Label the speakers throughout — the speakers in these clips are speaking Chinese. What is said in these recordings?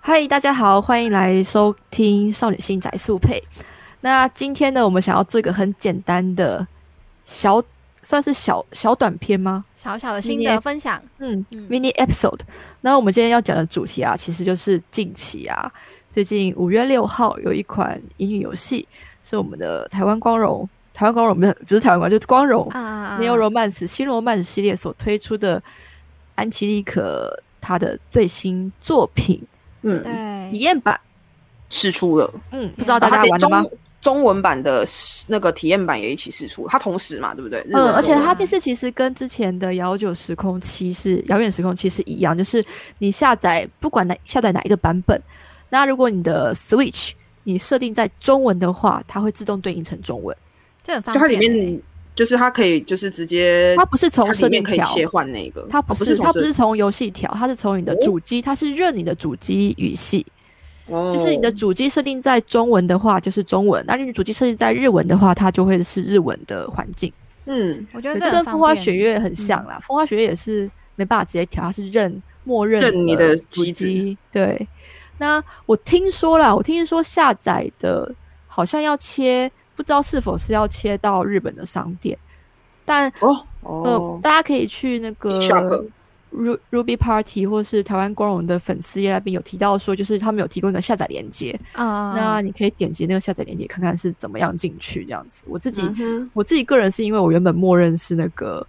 Speaker 1: 嗨，大家好，欢迎来收听《少女心宅速配》。那今天呢，我们想要做一个很简单的小，算是小小短片吗？
Speaker 2: 小小的心
Speaker 1: 你也
Speaker 2: 得分享。
Speaker 1: 嗯
Speaker 2: 嗯
Speaker 1: ，mini episode。那我们今天要讲的主题啊，其实就是近期啊，最近五月六号有一款英语游戏，是我们的台湾光荣，台湾光荣不是不是台湾光荣，就是光荣
Speaker 2: 啊
Speaker 1: n e o Romance 新罗曼史系列所推出的安琪丽可她的最新作品
Speaker 3: 嗯，
Speaker 1: 体
Speaker 2: 对，
Speaker 1: 验版。
Speaker 3: 试出了，
Speaker 1: 嗯，不知道大家
Speaker 3: 它
Speaker 1: 玩了
Speaker 3: 中
Speaker 1: 吗？
Speaker 3: 中文版的那个体验版也一起试出，它同时嘛，对不对？日文
Speaker 1: 嗯，而且
Speaker 3: 中文
Speaker 1: 它这次其实跟之前的《遥九时空七》是《遥远时空七》是一样，就是你下载不管哪下载哪一个版本，那如果你的 Switch 你设定在中文的话，它会自动对应成中文，
Speaker 2: 这很方
Speaker 3: 就
Speaker 2: 便
Speaker 3: 它
Speaker 2: 欸。
Speaker 3: 里面就是它可以就是直接，
Speaker 1: 它不是从
Speaker 3: 呃它
Speaker 1: 设
Speaker 3: 里
Speaker 1: 定
Speaker 3: 面可以
Speaker 1: 条。
Speaker 3: 切换那个，
Speaker 1: 它
Speaker 3: 哦
Speaker 1: 不
Speaker 3: 不
Speaker 1: 是，它不
Speaker 3: 从
Speaker 1: 是从游戏条，它是从你的
Speaker 3: 哦
Speaker 1: 主机，它是认你的主机语系，
Speaker 3: 哦
Speaker 1: 就是你的主机设定在中文的话就是中文，那你主机设定在日文的话，它就会是日文的环境。
Speaker 3: 嗯，
Speaker 2: 我觉得
Speaker 1: 可
Speaker 2: 这很
Speaker 1: 是跟
Speaker 2: 方
Speaker 1: 风花
Speaker 2: 便嗯
Speaker 1: 雪月很像啦，风花雪月也是没办法直接调，它是认默认
Speaker 3: 认你
Speaker 1: 的
Speaker 3: 的
Speaker 1: 主
Speaker 3: 机子
Speaker 1: 机。对，那我听说啦，我听说下载的好像要切，不知道是否是要切到日本的商店，但
Speaker 3: 哦
Speaker 1: 呃
Speaker 3: 哦，，
Speaker 1: 大家可以去那个
Speaker 3: eShop
Speaker 1: Ru- Ruby Party 或是台湾光荣的粉丝页那边有提到说，就是他们有提供一个下载链接，
Speaker 2: 啊，
Speaker 1: 那你可以点击那个下载链接看看是怎么样进去这样子。我自己、
Speaker 2: 啊
Speaker 3: 嗯哼
Speaker 1: 我自己个人是因为我原本默认是那个。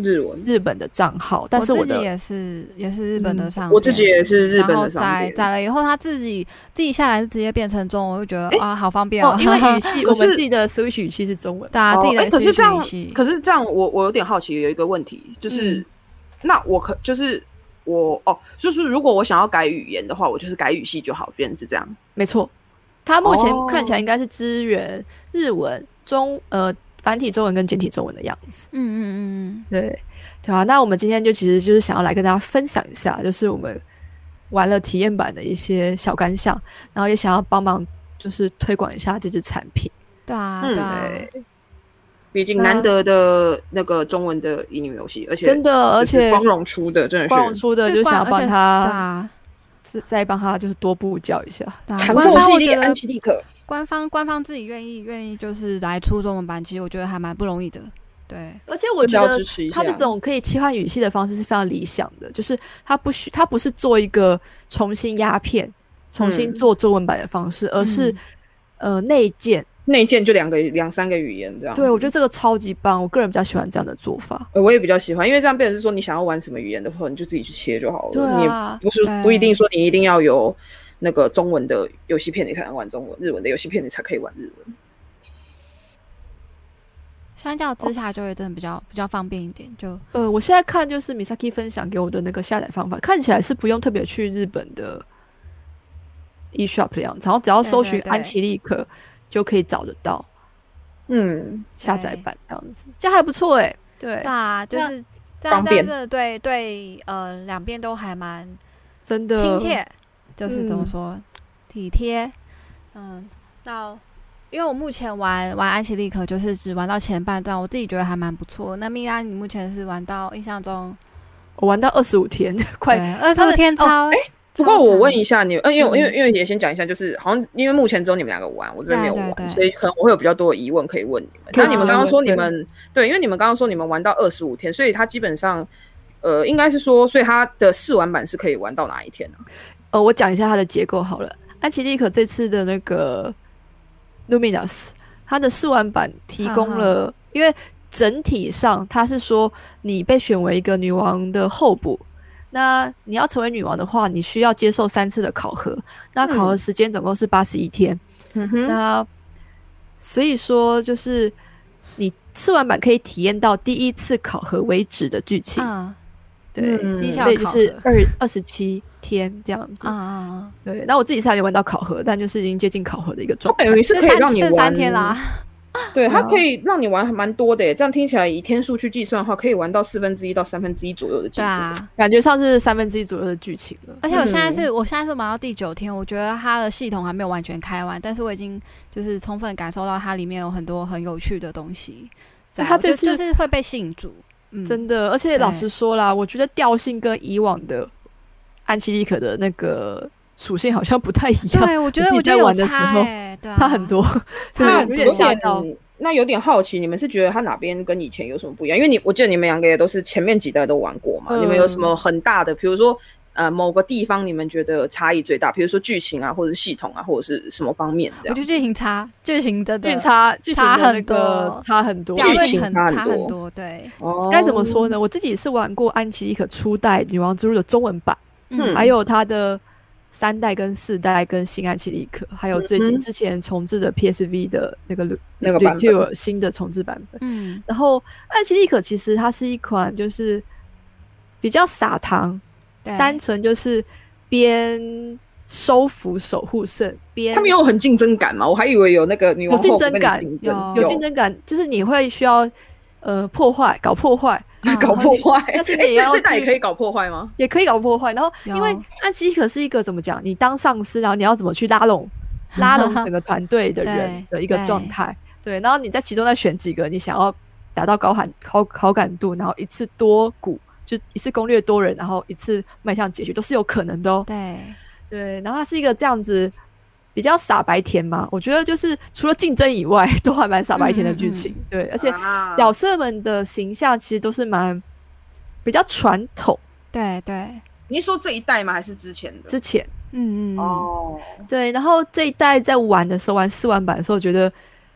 Speaker 3: 日文，
Speaker 1: 日本的账号，但是我
Speaker 2: 自己
Speaker 1: 的
Speaker 2: 也是也是日本的上，
Speaker 3: 嗯我自己。也是日本
Speaker 2: 然后
Speaker 3: 的商
Speaker 2: 载
Speaker 3: 店
Speaker 2: 载了以后，他自己自己下来是直接变成中文，我就觉得啊，好方便
Speaker 1: 哦
Speaker 2: 哦，。
Speaker 1: 因为 语系
Speaker 3: 可
Speaker 1: 我
Speaker 3: 是
Speaker 1: 们自己的 Switch 语系是中文，
Speaker 2: 对啊，
Speaker 3: 哦
Speaker 2: 自己
Speaker 3: 哎
Speaker 2: 的
Speaker 3: 可是这样
Speaker 2: 语系，
Speaker 3: 可是这样，我我有点好奇，有一个问题，就是、
Speaker 1: 嗯
Speaker 3: 那我可就是我哦，就是如果我想要改语言的话，我就是改语系就好，变成是这样。
Speaker 1: 没错。它目前
Speaker 3: 哦
Speaker 1: 看起来应该是支援日文、中呃繁体中文跟简体中文的样子。
Speaker 2: 嗯嗯嗯
Speaker 1: 对，对啊。那我们今天就其实就是想要来跟大家分享一下，就是我们玩了体验版的一些小感想，然后也想要帮忙就是推广一下这支产品。
Speaker 2: 嗯，对啊
Speaker 3: 嗯
Speaker 2: 对啊，
Speaker 3: 毕竟
Speaker 1: 对啊
Speaker 3: 难得的那个中文的乙女游戏，而且
Speaker 1: 真的，而
Speaker 3: 就是
Speaker 1: 且
Speaker 3: 光荣出的真的
Speaker 1: 光荣
Speaker 3: 是
Speaker 1: 出的
Speaker 2: 是
Speaker 1: 就
Speaker 2: 关
Speaker 1: 想要
Speaker 2: 而
Speaker 1: 帮
Speaker 2: 且对
Speaker 1: 他
Speaker 2: 啊
Speaker 1: 再再帮他就是多布教一下。
Speaker 2: 对啊，
Speaker 3: 长
Speaker 2: 官
Speaker 3: 寿
Speaker 2: 方
Speaker 3: 系
Speaker 2: 我
Speaker 3: 列
Speaker 2: 觉得
Speaker 3: 安琪丽可，
Speaker 2: 官方官方自己愿意愿意就是来出中文版，其实我觉得还蛮不容易的。对，
Speaker 1: 而且我
Speaker 3: 真
Speaker 1: 觉
Speaker 3: 的
Speaker 1: 得
Speaker 3: 要支持一下。
Speaker 1: 它这种可以切换语系的方式是非常理想的，就是它不需它不是做一个重新压片、重新
Speaker 3: 嗯
Speaker 1: 做中文版的方式，而
Speaker 2: 嗯
Speaker 1: 是、呃内建。
Speaker 3: 内建就两个两三个语言这样。
Speaker 1: 对我觉得这个超级棒，我个人比较喜欢这样的做法。
Speaker 3: 呃我也比较喜欢，因为这样变成是说你想要玩什么语言的话，你就自己去切就好了。
Speaker 1: 对啊
Speaker 3: 你不是
Speaker 2: 对
Speaker 3: 不一定说你一定要有那个中文的游戏片你才能玩中文，日文的游戏片你才可以玩日文。
Speaker 2: 相较
Speaker 3: 哦
Speaker 2: 之下就会真的比较比较方便一点，就
Speaker 1: 呃，我现在看就是 Misaki 分享给我的那个下载方法，看起来是不用特别去日本的 eShop 的样子，然后只要
Speaker 2: 对
Speaker 1: 搜
Speaker 2: 对
Speaker 1: 寻
Speaker 2: 对
Speaker 1: 安琪丽可就可以找得到
Speaker 3: 嗯，
Speaker 1: 下载
Speaker 2: 对
Speaker 1: 版这样子，这样还不错哎、对
Speaker 2: 对，啊，就
Speaker 3: 那
Speaker 2: 是在
Speaker 3: 方
Speaker 2: 在
Speaker 3: 便
Speaker 2: 这对对呃两边都还蛮
Speaker 1: 真的
Speaker 2: 亲切，就是怎么
Speaker 1: 嗯
Speaker 2: 说体贴，嗯，到。因为我目前玩玩安琪丽可就是只玩到前半段，我自己觉得还蛮不错。那蜜拉，你目前是玩到印象中
Speaker 1: 我玩到二十五天， 快
Speaker 2: 二十
Speaker 1: 他
Speaker 2: 五
Speaker 1: 们
Speaker 2: 天超，
Speaker 3: 不过我问
Speaker 2: 你，
Speaker 3: 一下你，呃，因为我
Speaker 1: 嗯
Speaker 3: 因为因为也先讲一下，就是好像因为目前只有你们两个玩，我这边没有
Speaker 2: 对
Speaker 3: 玩，
Speaker 2: 对对
Speaker 3: 所以可能我会有比较多的疑问可以问你们。
Speaker 1: 可以
Speaker 3: 那你们
Speaker 2: 直接
Speaker 3: 刚刚
Speaker 1: 问
Speaker 3: 说你
Speaker 1: 对
Speaker 3: 们对，因为你们刚刚说你们玩到二十五天，所以它基本上，呃，应该是说，所以它的试玩版是可以玩到哪一天呢、啊
Speaker 1: 呃，我讲一下它的结构好了。安琪丽可这次的那个 Luminous，它的试玩版提供
Speaker 2: 嗯
Speaker 1: 了，因为整体上它是说你被选为一个女王的候补。那你要成为女王的话，你需要接受三次的考核。那考
Speaker 2: 嗯
Speaker 1: 核时间总共是八十一天。
Speaker 3: 嗯哼，
Speaker 1: 那所以说，就是你试玩版可以体验到第一次考核为止的剧情。
Speaker 2: 嗯，
Speaker 1: 对，
Speaker 3: 嗯
Speaker 2: 绩效
Speaker 1: 所以就
Speaker 2: 考
Speaker 1: 是
Speaker 2: 核
Speaker 1: 二二十七天这样子。
Speaker 2: 啊啊啊！
Speaker 1: 对，那我自己是还没玩到考核，但就是已经接近考核的一个
Speaker 3: 它
Speaker 1: 状态。
Speaker 3: 等于是
Speaker 2: 剩
Speaker 3: 可以让
Speaker 2: 三
Speaker 3: 你
Speaker 2: 剩
Speaker 3: 玩
Speaker 2: 三天啦，
Speaker 3: 对，它
Speaker 1: 对啊
Speaker 3: 可以让你玩还蛮多的耶。这样听起来以天数去计算的话，可以玩到四分之一到三分之一左右的进
Speaker 2: 对
Speaker 3: 度。
Speaker 2: 啊。
Speaker 1: 感觉上是三分之一左右的剧情了。
Speaker 2: 而且我现
Speaker 1: 嗯
Speaker 2: 在是、我现在是玩到第九天，我觉得它的系统还没有完全开完，但是我已经就是充分感受到它里面有很多很有趣的东西在，
Speaker 1: 它
Speaker 2: 我就
Speaker 1: 这次
Speaker 2: 就是会被吸引住，嗯，
Speaker 1: 真的，而且老
Speaker 2: 对
Speaker 1: 实说啦，我觉得调性跟以往的安琪丽可的那个属性好像不太一 样，
Speaker 3: 啊
Speaker 2: 对，我觉
Speaker 1: 你
Speaker 2: 得我觉
Speaker 1: 自己在
Speaker 2: 得有
Speaker 1: 玩的时
Speaker 2: 差
Speaker 1: 候
Speaker 2: 哎、 对啊，
Speaker 1: 它很多。
Speaker 2: 差
Speaker 1: 对
Speaker 3: 那
Speaker 1: 有
Speaker 2: 很
Speaker 1: 点
Speaker 2: 多，
Speaker 1: 吓到
Speaker 3: 那有点好奇，你们是觉得它哪边跟以前有什么不一样？因为你我记得你们两个也都是前面几代都玩过嘛，
Speaker 1: 嗯
Speaker 3: 你们有什么很大的，比如说呃某个地方你们觉得差异最大，比如说剧情啊，或者是系统啊，或者是什么方面
Speaker 2: 我
Speaker 3: 这样
Speaker 2: 觉？得剧情差，剧情真
Speaker 3: 啊
Speaker 2: 的
Speaker 1: 剧差剧情
Speaker 2: 差
Speaker 1: 的那
Speaker 2: 很
Speaker 1: 个
Speaker 2: 多
Speaker 1: 差很多
Speaker 2: 表。
Speaker 3: 剧
Speaker 2: 论
Speaker 3: 情
Speaker 2: 很
Speaker 3: 差很
Speaker 2: 差很
Speaker 3: 多
Speaker 2: 多，对，
Speaker 3: 哦
Speaker 1: 该怎么？说呢？我自己是玩过安琪丽可初代《女王之路》的中文版，
Speaker 3: 嗯
Speaker 1: 还有它的三代跟四代跟新安琪丽可，还有最
Speaker 3: 嗯
Speaker 1: 近
Speaker 3: 哼
Speaker 1: 之前重置的 PSV 的那个
Speaker 3: 那个版本
Speaker 1: Review 新的重置版本。
Speaker 2: 嗯，
Speaker 1: 然后安琪丽可其实它是一款就是比较撒糖，
Speaker 2: 对，
Speaker 1: 单纯就是边收服守护圣边
Speaker 3: 他们有很竞争感嘛？我还以为有那个女王
Speaker 1: 有竞
Speaker 3: 后跟
Speaker 1: 争
Speaker 3: 你
Speaker 1: 感
Speaker 3: 竞
Speaker 2: 有
Speaker 3: 争
Speaker 1: 有竞争感，就是你会需要呃破坏搞破坏，
Speaker 2: 啊
Speaker 3: 搞破坏，哎，
Speaker 1: 但是
Speaker 3: 所
Speaker 1: 你也
Speaker 3: 以
Speaker 1: 要
Speaker 3: 这代也
Speaker 1: 去
Speaker 3: 可以搞破坏吗？
Speaker 1: 也可以搞破坏。然后因为
Speaker 2: 有
Speaker 1: 安琪丽可是一个怎么讲，你当上司，然后你要怎么去拉拢拉拢整个团队的人
Speaker 2: 对
Speaker 1: 的一个状态，对。然后你在其中再选几个你想要达到高喊好好感度，然后一次多股。就一次攻略多人，然后一次迈向结局都是有可能的哦。
Speaker 2: 对，
Speaker 1: 对，然后它是一个这样子比较傻白甜嘛，我觉得就是除了竞争以外，都还蛮傻白甜的剧情。对，而且
Speaker 3: 啊
Speaker 1: 角色们的形象其实都是蛮比较传统。
Speaker 2: 对对，
Speaker 3: 你是说这一代吗？还是之前的？
Speaker 1: 之前
Speaker 2: 嗯嗯，嗯
Speaker 3: 哦，
Speaker 1: 对，然后这一代在玩的时候，玩试玩版的时候，觉得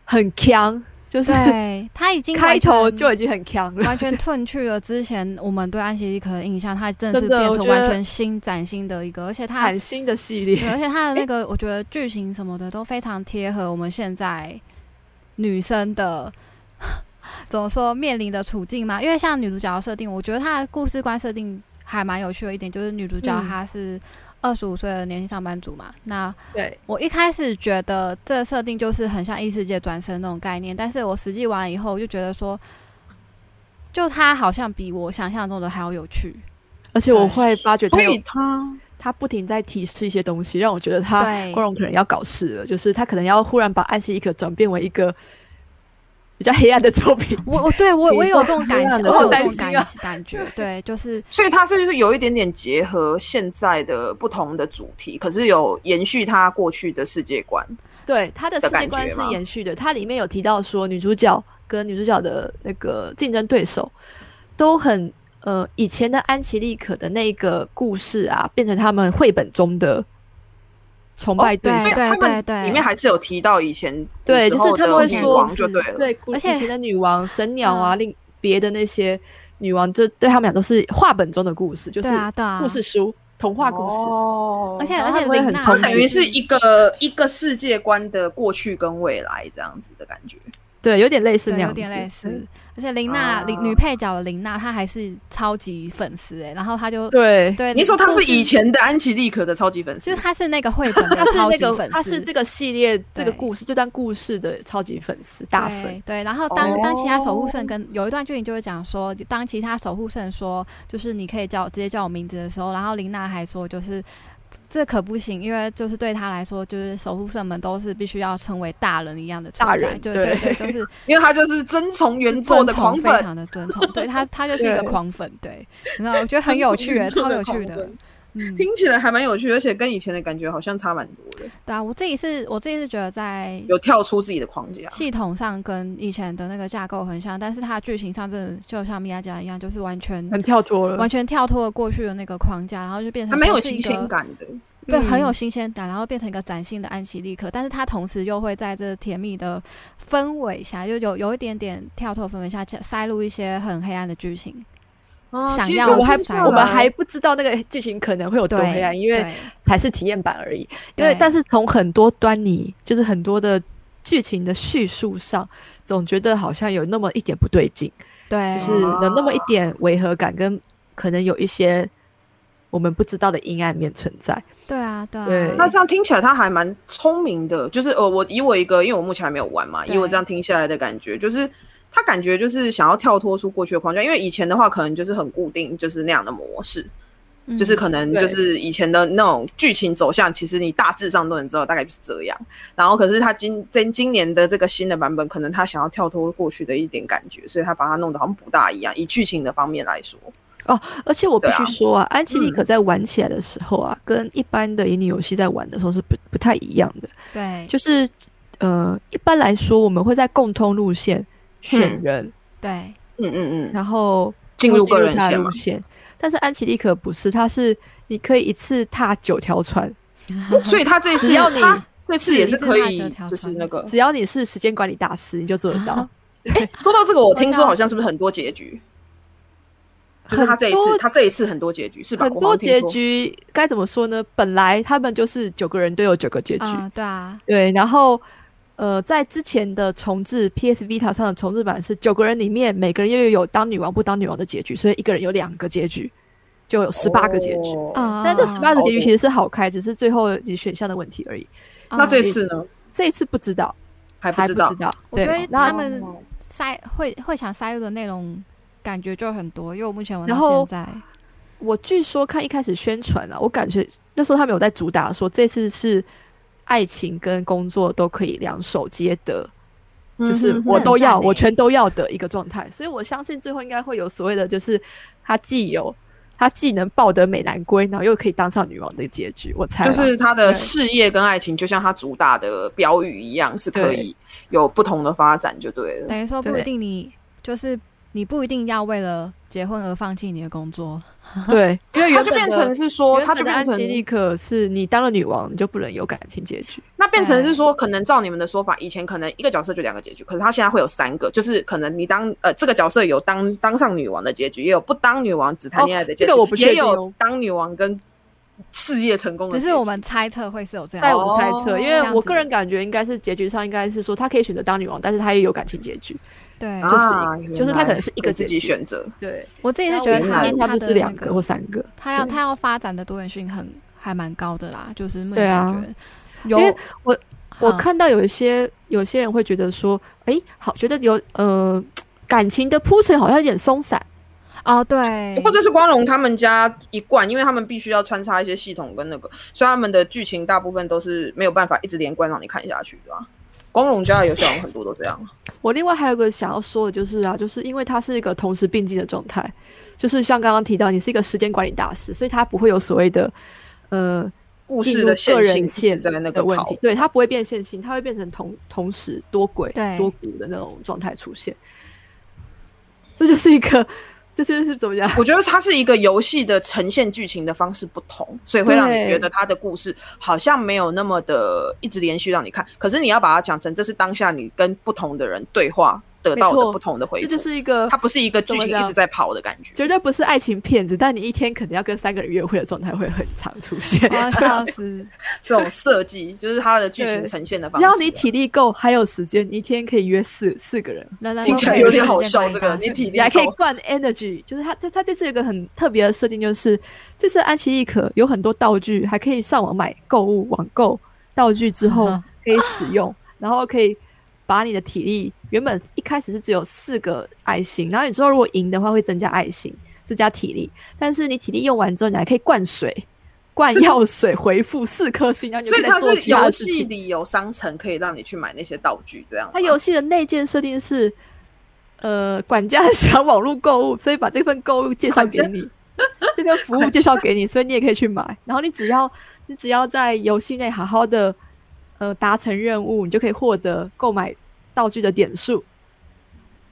Speaker 1: 很强，就是
Speaker 2: 嗯对，啊他已经
Speaker 1: 开
Speaker 2: 完
Speaker 1: 头
Speaker 2: 全
Speaker 1: 就已经很强 了。
Speaker 2: 完全褪去了之前我们对安琪丽可的印象，它真的是
Speaker 1: 真的
Speaker 2: 变
Speaker 1: 我
Speaker 2: 成
Speaker 1: 觉得
Speaker 2: 完全新崭新的一个，而且它
Speaker 1: 崭新的系
Speaker 2: 对，
Speaker 1: 列，
Speaker 2: 而且它的那个我觉得剧情什么的都非常贴合我们现在女生的 怎么说面临的处境嘛。因为像女主角的设定，我觉得她的故事观设定还蛮有趣的一点，就是女主角
Speaker 1: 嗯
Speaker 2: 她是二十五岁的年轻上班族嘛，那
Speaker 1: 对，
Speaker 2: 我一开始觉得这个设定就是很像异世界转身那种概念，但是我实际玩了以后，我就觉得说，就它好像比我想象中的还要有趣。
Speaker 1: 而且我会发觉
Speaker 3: 所
Speaker 1: 他有
Speaker 3: 以他
Speaker 1: 他不停在提示一些东西，让我觉得他
Speaker 2: 对，
Speaker 1: 光荣可能要搞事了，就是他可能要忽然把暗西一刻转变为一个比较黑暗的作品。
Speaker 2: 我我对我我
Speaker 3: 你
Speaker 2: 有
Speaker 3: 说
Speaker 2: 这种
Speaker 3: 黑
Speaker 2: 感
Speaker 3: 暗
Speaker 2: 想，
Speaker 3: 的
Speaker 2: 我有
Speaker 1: 好
Speaker 2: 这
Speaker 1: 担
Speaker 2: 种
Speaker 1: 心
Speaker 2: 感、
Speaker 1: 啊
Speaker 2: 感觉，对，就是
Speaker 3: 所以它是就是有一点点结合现在的不同的主题，可是有延续它过去的世界观。
Speaker 1: 对，他的世
Speaker 3: 的
Speaker 1: 界
Speaker 3: 感
Speaker 1: 观
Speaker 3: 觉
Speaker 1: 是
Speaker 3: 吗
Speaker 1: 延续的。它里面有提到说，女主角跟女主角的那个竞争对手都很呃，以前的安琪丽可的那个故事啊，变成他们绘本中的崇
Speaker 3: 哦
Speaker 1: 拜对
Speaker 2: 对
Speaker 1: 象。
Speaker 2: 对
Speaker 3: 他
Speaker 2: 对
Speaker 3: 们
Speaker 2: 对，
Speaker 3: 里面还是有提到以前
Speaker 1: 对
Speaker 3: 古时候
Speaker 1: 就是他们
Speaker 3: 的
Speaker 1: 会
Speaker 3: 女
Speaker 1: 说
Speaker 3: 王就对了，
Speaker 1: 对，
Speaker 2: 而且嗯
Speaker 1: 以前的女王、神鸟啊，另别的那些女王，就对他们俩都是画本中的故事，就是
Speaker 2: 对啊对啊，
Speaker 1: 故事书、童话故事。
Speaker 3: 哦
Speaker 2: 而且
Speaker 1: 然
Speaker 2: 而
Speaker 1: 后
Speaker 2: 且
Speaker 1: 他们会
Speaker 2: 琳
Speaker 1: 很
Speaker 2: 娜
Speaker 1: 聪明
Speaker 3: 等于是一个一个世界观的过去跟未来这样子的感觉。
Speaker 1: 对，有点类似那
Speaker 2: 对，
Speaker 1: 样
Speaker 2: 有
Speaker 1: 子，
Speaker 2: 点类似
Speaker 1: 嗯。
Speaker 2: 而且琳娜、女
Speaker 3: 啊
Speaker 2: 女配角的琳娜，她还是超级粉丝哎、然后她就
Speaker 1: 对，
Speaker 2: 对，
Speaker 3: 你说他
Speaker 2: 故
Speaker 3: 是
Speaker 2: 事
Speaker 3: 以，前的安琪丽可的超级粉
Speaker 2: 就
Speaker 3: 丝
Speaker 2: 是，她是那个绘本的
Speaker 1: 他是
Speaker 2: 超
Speaker 1: 那
Speaker 2: 级
Speaker 1: 个
Speaker 2: 粉丝，
Speaker 1: 他是这个系列这个
Speaker 2: 对
Speaker 1: 故事这段故事的超级粉丝大粉
Speaker 2: 对。对，然后当、当其他守护圣
Speaker 3: 哦
Speaker 2: 跟有一段剧情就会讲说，当其他守护圣说就是你可以叫直接叫我名字的时候，然后琳娜还说就是这可不行，因为就是对她来说，就是守护圣们都是必须要成为大人一样的存
Speaker 1: 大
Speaker 2: 在
Speaker 1: 人
Speaker 2: 就
Speaker 1: 对
Speaker 2: 对对，就是
Speaker 3: 因为他就是遵从 原作
Speaker 2: 尊
Speaker 3: 的
Speaker 2: 崇
Speaker 3: 狂
Speaker 2: 非
Speaker 3: 粉，
Speaker 2: 常的尊崇，对她她就是 一个
Speaker 1: 对
Speaker 2: 狂粉，对，你知道我觉得很有趣耶，
Speaker 3: 遵从
Speaker 2: 超有
Speaker 3: 原作
Speaker 2: 趣
Speaker 3: 的狂
Speaker 2: 的
Speaker 3: 粉，
Speaker 2: 嗯，
Speaker 3: 听起来还蛮有趣，而且跟以前的感觉好像差蛮多的，
Speaker 2: 对啊，我自己是我自己是觉得在
Speaker 3: 有跳出自己的框架。
Speaker 2: 系统上跟以前的那个架构很像，但是它的剧情上真的就像米娅讲的一样，就是完全
Speaker 1: 很跳脱 了
Speaker 2: 完，全跳脱了过去的那个框架，然后就变
Speaker 3: 它
Speaker 2: 成
Speaker 3: 没有
Speaker 2: 它是一
Speaker 3: 新
Speaker 2: 个
Speaker 3: 鲜，感的，
Speaker 2: 对，
Speaker 1: 嗯
Speaker 2: 很有新鲜感，然后变成一个崭新的安琪丽可，但是它同时又会在这甜蜜的氛围下，就有有一点点跳脱氛围下，加塞入一些很黑暗的剧情。
Speaker 3: 啊
Speaker 2: 想
Speaker 3: 其实
Speaker 2: 要
Speaker 3: 这
Speaker 1: 我还
Speaker 2: 是
Speaker 3: 听
Speaker 2: 啊
Speaker 3: 下
Speaker 1: 我们
Speaker 3: 来
Speaker 1: 还不知道那个剧情可能会有多
Speaker 2: 对，
Speaker 1: 黑暗，因为
Speaker 2: 对
Speaker 1: 才是体验版而已。因为
Speaker 2: 对
Speaker 1: 但是从很多端倪，就是很多的剧情的叙述上，总觉得好像有那么一点不对劲，
Speaker 2: 对，
Speaker 1: 就是有那么一点违和感跟可能有一些我们不知道的阴暗面存在。
Speaker 2: 对啊，对啊，
Speaker 1: 对
Speaker 3: 那这样听起来他还蛮聪明的，就是呃，我以我一个，因为我目前还没有玩嘛，
Speaker 2: 对
Speaker 3: 以我这样听下来的感觉，就是他感觉就是想要跳脱出过去的框架，因为以前的话可能就是很固定，就是那样的模式，
Speaker 2: 嗯
Speaker 3: 就是可能
Speaker 1: 对
Speaker 3: 就是以前的那种剧情走向，其实你大致上都能知道大概就是这样。然后可是他今今今年的这个新的版本，可能他想要跳脱过去的一点感觉，所以他把它弄得好像不大一样。以剧情的方面来说，
Speaker 1: 而且我必
Speaker 3: 对
Speaker 1: 须
Speaker 3: 啊
Speaker 1: 说啊，安琪丽
Speaker 3: 嗯
Speaker 1: 可在玩起来的时候啊，跟一般的乙女游戏在玩的时候是不不太一样的。
Speaker 2: 对
Speaker 1: 就是呃，一般来说我们会在共通路线选
Speaker 3: 嗯
Speaker 1: 人，
Speaker 2: 对
Speaker 3: 嗯嗯嗯，
Speaker 1: 然后
Speaker 3: 进入个人
Speaker 1: 他的
Speaker 3: 线
Speaker 1: 路
Speaker 3: 嘛，
Speaker 1: 线。但是安琪丽可不是，她是你可以一次踏九条船，
Speaker 3: 所以他这一次
Speaker 1: 只要你
Speaker 3: 他这次也
Speaker 2: 是
Speaker 3: 是可
Speaker 2: 一
Speaker 3: 以
Speaker 2: 直拿着条，
Speaker 3: 就是
Speaker 2: 船
Speaker 3: 那个
Speaker 1: 只要你是时间管理大师，你就做得
Speaker 3: 啊
Speaker 1: 到。
Speaker 3: 说到这个，我听
Speaker 2: 我知
Speaker 3: 说
Speaker 2: 道
Speaker 3: 好像是不是很多结局？就是他这一
Speaker 1: 很多
Speaker 3: 次，他这一次很多结局是吧？
Speaker 1: 很
Speaker 3: 我好
Speaker 1: 多
Speaker 3: 像听
Speaker 1: 结
Speaker 3: 说，
Speaker 1: 局该怎么说呢？本来他们就是九个人都有九个结局，
Speaker 2: 啊，对 啊，
Speaker 1: 对。然后呃，在之前的重置 PS Vita 上的重置版是九个人里面，每个人又有当女王不当女王的结局，所以一个人有两个结局，就有十八个结局。
Speaker 3: 哦
Speaker 2: 啊，
Speaker 1: 但这十八个结局
Speaker 3: 哦
Speaker 1: 其实是好开，只是最后你选项的问题而已。
Speaker 3: 那这
Speaker 2: 嗯
Speaker 3: 次呢？
Speaker 1: 这一次不知道，
Speaker 3: 还不
Speaker 1: 还
Speaker 3: 知
Speaker 1: 不
Speaker 3: 道
Speaker 1: 知。道。
Speaker 2: 我
Speaker 1: 对
Speaker 2: 觉得，
Speaker 1: 然
Speaker 2: 他
Speaker 1: 后
Speaker 2: 们
Speaker 3: 哦
Speaker 2: 塞会会想塞入的内容，感觉就很多，因为我目前玩
Speaker 1: 然
Speaker 2: 到
Speaker 1: 后
Speaker 2: 现在，
Speaker 1: 我据说看一开始宣传啊，我感觉那时候他们有在主打说这次是爱情跟工作都可以两手皆得，就是
Speaker 3: 嗯哼
Speaker 1: 我都
Speaker 2: 那
Speaker 1: 要，
Speaker 2: 很赞欸
Speaker 1: 我全都要的一个状态。所以我相信最后应该会有所谓的，就是他既有他既能抱得美男归，然后又可以当上女王的结局。我猜
Speaker 3: 就
Speaker 1: 啦
Speaker 3: 是 他的
Speaker 1: 对
Speaker 3: 事业跟爱情，就像他主打的标语一样，是可
Speaker 1: 对
Speaker 3: 以有不同的发展，就对了。
Speaker 2: 等于说不
Speaker 1: 对
Speaker 2: 一定你就是你不一定要为了结婚而放弃你的工作，
Speaker 1: 对，因为
Speaker 3: 他
Speaker 1: 原
Speaker 3: 就
Speaker 1: 本
Speaker 3: 变
Speaker 1: 的
Speaker 3: 成是说，
Speaker 1: 原
Speaker 3: 他
Speaker 1: 本
Speaker 3: 就
Speaker 1: 的
Speaker 3: 变
Speaker 1: 安
Speaker 3: 成
Speaker 1: 琪丽可是你当了女王，你就不能有感情结局。
Speaker 3: 那变
Speaker 1: 嗯
Speaker 3: 成是说，可能照你们的说法，以前可能一个角色就两个结局，可是他现在会有三个，就是可能你当呃这个角色有当当上女王的结局，也有不当女王只谈恋爱的
Speaker 1: 哦
Speaker 3: 结局，
Speaker 1: 这个我不确定
Speaker 3: 也
Speaker 1: 哦
Speaker 3: 有当女王跟事业成功的
Speaker 2: 只
Speaker 3: 结局。
Speaker 2: 是我们猜测会是有这样
Speaker 1: 在
Speaker 2: 子。
Speaker 1: 我猜测，
Speaker 3: 哦
Speaker 1: 因
Speaker 2: 这
Speaker 1: 为
Speaker 2: 样
Speaker 1: 我
Speaker 2: 子
Speaker 1: 个人感觉应该是结局上应该是说，她可以选择当女王，但是她也有感情结局。
Speaker 2: 对，
Speaker 3: 啊
Speaker 1: 就是一个就是他可能是一个
Speaker 3: 有自己
Speaker 1: 结局
Speaker 3: 选择，
Speaker 1: 对，
Speaker 2: 我自己是
Speaker 1: 那
Speaker 2: 觉得
Speaker 1: 我
Speaker 2: 他
Speaker 1: 看
Speaker 3: 原
Speaker 1: 她
Speaker 2: 的
Speaker 1: 就是两
Speaker 2: 那
Speaker 1: 个或三个，
Speaker 2: 他要
Speaker 1: 对
Speaker 2: 他要发展的多元性很还蛮高的啦，就是目
Speaker 1: 对
Speaker 2: 前
Speaker 1: 啊
Speaker 2: 感觉
Speaker 1: 因
Speaker 2: 有
Speaker 1: 为我我
Speaker 2: 嗯
Speaker 1: 看到有一些有些人会觉得说，哎，好，觉得有呃感情的铺陈好像有点松散，
Speaker 2: 哦 对，
Speaker 3: 或者是光荣他们家一贯，因为他们必须要穿插一些系统跟那个，所以他们的剧情大部分都是没有办法一直连贯让你看下去的、啊。光荣家的游戏好像很多都这样，啊
Speaker 1: 我另外还有个想要说的就是啊，就是因为它是一个同时并进的状态，就是像刚刚提到，你是一个时间管理大师，所以它不会有所谓的呃
Speaker 3: 故
Speaker 1: 进
Speaker 3: 事
Speaker 1: 入
Speaker 3: 的
Speaker 1: 个
Speaker 3: 线性
Speaker 1: 人
Speaker 3: 一
Speaker 1: 线
Speaker 3: 直在那
Speaker 1: 的
Speaker 3: 个
Speaker 1: 问
Speaker 3: 跑
Speaker 1: 题，对，它不会变线性，它会变成同同时多轨
Speaker 2: 对
Speaker 1: 多股的那种状态出现。这就是一个，这就是怎么 讲？
Speaker 3: 我觉得它是一个游戏的呈现剧情的方式不同，所以会让你
Speaker 1: 对
Speaker 3: 觉得它的故事好像没有那么的一直连续让你看。可是你要把它讲成这是当下你跟不同的人对话得到
Speaker 1: 没
Speaker 3: 的
Speaker 1: 错
Speaker 3: 不同的回
Speaker 1: 这
Speaker 3: 复，
Speaker 1: 就是一个
Speaker 3: 它不是一个剧
Speaker 1: 怎么
Speaker 3: 情
Speaker 1: 讲
Speaker 3: 一直在跑的感觉。
Speaker 1: 绝对不是爱情骗子，但你一天可能要跟三个人约会的状态会很常出现
Speaker 2: 我。要笑死，
Speaker 3: 这种设计就是它的剧情
Speaker 1: 对
Speaker 3: 呈现的方
Speaker 1: 只
Speaker 3: 式啊。
Speaker 1: 要你体力够，还有时间，你一天可以约四四个人。
Speaker 2: 人人
Speaker 3: 听
Speaker 2: 都
Speaker 3: 起
Speaker 2: 可
Speaker 3: 来
Speaker 2: 以
Speaker 3: 有
Speaker 2: 是
Speaker 3: 点
Speaker 2: 时
Speaker 3: 好
Speaker 2: 间
Speaker 3: 笑，
Speaker 2: 管理
Speaker 3: 这个
Speaker 2: 大
Speaker 3: 你
Speaker 2: 师
Speaker 3: 体力
Speaker 1: 你还可以
Speaker 3: 够
Speaker 1: 灌 energy，就是它它它这次有一个很特别的设定，就是这次安琪丽可有很多道具，还可以上网买购物网购道具之后可以使用，然后可以把你的体力原本一开始是只有四个爱心，然后你之后如果赢的话会增加爱心，增加体力，但是你体力用完之后，你还可以灌水。灌药水回复四颗星，然后你就
Speaker 3: 所
Speaker 1: 可
Speaker 3: 以
Speaker 1: 以再
Speaker 3: 它
Speaker 1: 做
Speaker 3: 是
Speaker 1: 其他
Speaker 3: 游
Speaker 1: 的事
Speaker 3: 戏
Speaker 1: 情。
Speaker 3: 里有商城可以让你去买那些道具，这样吗。
Speaker 1: 它游戏的内建设定是，呃，管家 很喜欢网络购物，所以把这份购物介绍给你，这个服务介绍给你，所以你也可以去买。然后你只要你只要在游戏内好好的呃达成任务，你就可以获得购买道具的点 数。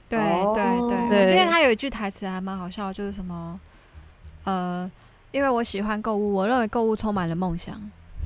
Speaker 2: 对
Speaker 3: 哦
Speaker 2: 对对，我
Speaker 1: 对
Speaker 2: 记得他有一句台词还蛮好笑，就是什么，呃，因为我喜欢购物，我认为购物充满了梦想。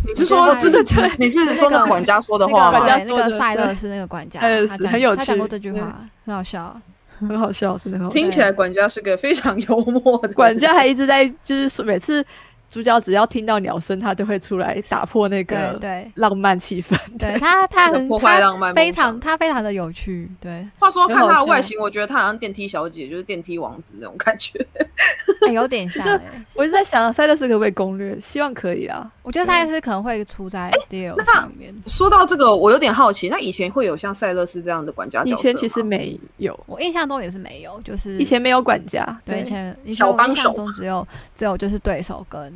Speaker 3: 你是说
Speaker 2: 对
Speaker 3: 这是
Speaker 1: 对
Speaker 3: 你是说
Speaker 2: 那
Speaker 3: 那个
Speaker 2: 个
Speaker 3: 管家说的
Speaker 2: 那
Speaker 3: 话哎
Speaker 2: 个
Speaker 1: 管
Speaker 3: 吗？
Speaker 1: 家
Speaker 2: 对那
Speaker 1: 说
Speaker 2: 个
Speaker 1: 的
Speaker 2: 塞
Speaker 1: 对
Speaker 2: 勒斯那个管家，
Speaker 1: 塞勒
Speaker 2: 他
Speaker 1: 斯
Speaker 2: 讲
Speaker 1: 很有
Speaker 2: 他讲
Speaker 1: 趣
Speaker 2: 过这句
Speaker 1: 对
Speaker 3: 嗯
Speaker 2: 话，很好笑。
Speaker 1: 很好笑，真的很好笑。
Speaker 3: 听起来管家是个非常幽默的人
Speaker 1: 管家还一直在就是说每次主角只要听到鸟声，他都会出来打破那
Speaker 2: 对
Speaker 1: 个
Speaker 2: 对
Speaker 1: 浪漫气氛。
Speaker 2: 对，他他很
Speaker 3: 破坏
Speaker 2: 他
Speaker 3: 浪漫梦
Speaker 2: 非
Speaker 3: 想
Speaker 2: 常他非常的有趣， 对，
Speaker 3: 话说看
Speaker 1: 很好
Speaker 3: 她的外
Speaker 1: 笑
Speaker 3: 形，我觉得她好像电梯小姐，就是电梯王子那种感觉。
Speaker 2: 哎有点像、
Speaker 1: 这
Speaker 2: 哎
Speaker 1: 我一直在想，塞勒斯可不可以攻略？希望可以啊啦。
Speaker 2: 我觉得赛斯可能会出在 DL
Speaker 3: 哎那
Speaker 2: 上面。
Speaker 3: 说到这个，我有点好奇，那以前会有像塞勒斯这样的管家角
Speaker 1: 以
Speaker 3: 色
Speaker 1: 前其实
Speaker 3: 吗
Speaker 1: 没有，
Speaker 2: 我印象中也是没有，就是
Speaker 1: 以前没有管家。
Speaker 2: 嗯对以
Speaker 1: 对
Speaker 2: 前以前
Speaker 3: 小
Speaker 2: 我
Speaker 3: 帮
Speaker 2: 印
Speaker 3: 手
Speaker 2: 象中只有只有就是对手跟，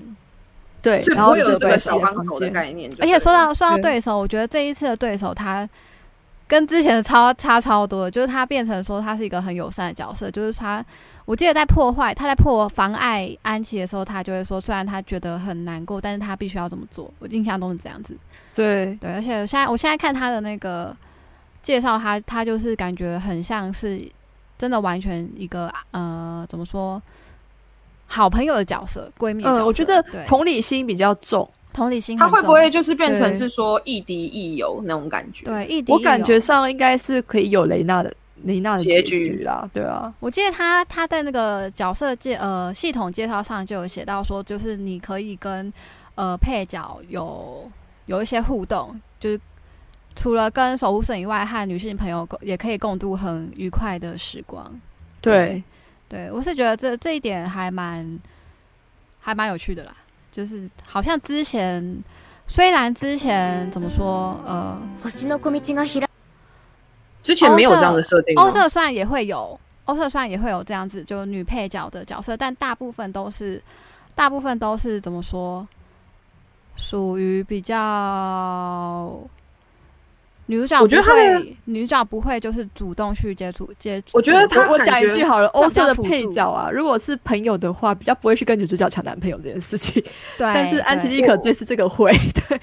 Speaker 1: 对，
Speaker 3: 所以
Speaker 1: 然
Speaker 3: 不
Speaker 1: 后
Speaker 3: 会有
Speaker 1: 只
Speaker 3: 这
Speaker 1: 在
Speaker 3: 个
Speaker 1: 自己
Speaker 3: 小
Speaker 1: 的
Speaker 3: 帮
Speaker 1: 房
Speaker 3: 手的
Speaker 1: 间
Speaker 3: 概念就
Speaker 2: 而
Speaker 3: 对了。
Speaker 2: 且说到说到
Speaker 1: 对
Speaker 2: 对手，我觉得这一次的对手他跟之前的超差超多的，就是他变成说他是一个很友善的角色，就是他我记得在破坏他在破妨碍安琪的时候，他就会说虽然他觉得很难过，但是他必须要这么做。我印象中是这样子，
Speaker 1: 对，
Speaker 2: 对，而且我现在我现在看他的那个介绍他，他就是感觉很像是真的完全一个呃，怎么说，好朋友的角色，闺蜜的角色。
Speaker 1: 嗯，我觉得
Speaker 2: 对
Speaker 1: 同理心比较重。
Speaker 2: 同理心
Speaker 3: 他
Speaker 2: 很
Speaker 3: 会不
Speaker 2: 重
Speaker 3: 会就是变成
Speaker 1: 对
Speaker 3: 是说亦敌亦友那种感觉？
Speaker 2: 对异敌？
Speaker 1: 我感觉，上应该是可以有雷娜的雷娜的
Speaker 3: 结
Speaker 1: 结
Speaker 3: 局
Speaker 1: 局啦，对啊，
Speaker 2: 我记得他他在那个角色介呃系统介绍上就有写到说，就是你可以跟呃配角有有一些互动，就是。除了跟守护神以外，和女性朋友共也可以共度很愉快的时光。对
Speaker 1: 对，
Speaker 2: 对，我是觉得这这一点还蛮还蛮有趣的啦，就是好像之前虽然之前怎么说呃，
Speaker 4: 星の小道が開
Speaker 3: 之前没有这样的设定吗
Speaker 2: 欧社虽然也会有欧社虽然也会有这样子就女配角的角色，但大部分都是大部分都是怎么说，属于比较。女主角
Speaker 3: 我觉得
Speaker 2: 不
Speaker 3: 她的
Speaker 2: 会，女主角不会就是主动去接触接触。
Speaker 3: 我觉得
Speaker 2: 主
Speaker 3: 她
Speaker 1: 我我
Speaker 3: 感
Speaker 1: 讲一
Speaker 3: 觉
Speaker 1: 句好了，
Speaker 2: 比
Speaker 1: 欧
Speaker 2: 较
Speaker 1: 社的
Speaker 2: 辅
Speaker 1: 配
Speaker 2: 助
Speaker 1: 角啊，如果是朋友的话，比较不会去跟女主角抢男朋友这件事情。
Speaker 2: 对，
Speaker 1: 但是安琪
Speaker 2: 对
Speaker 1: 丽可这次这个会，对，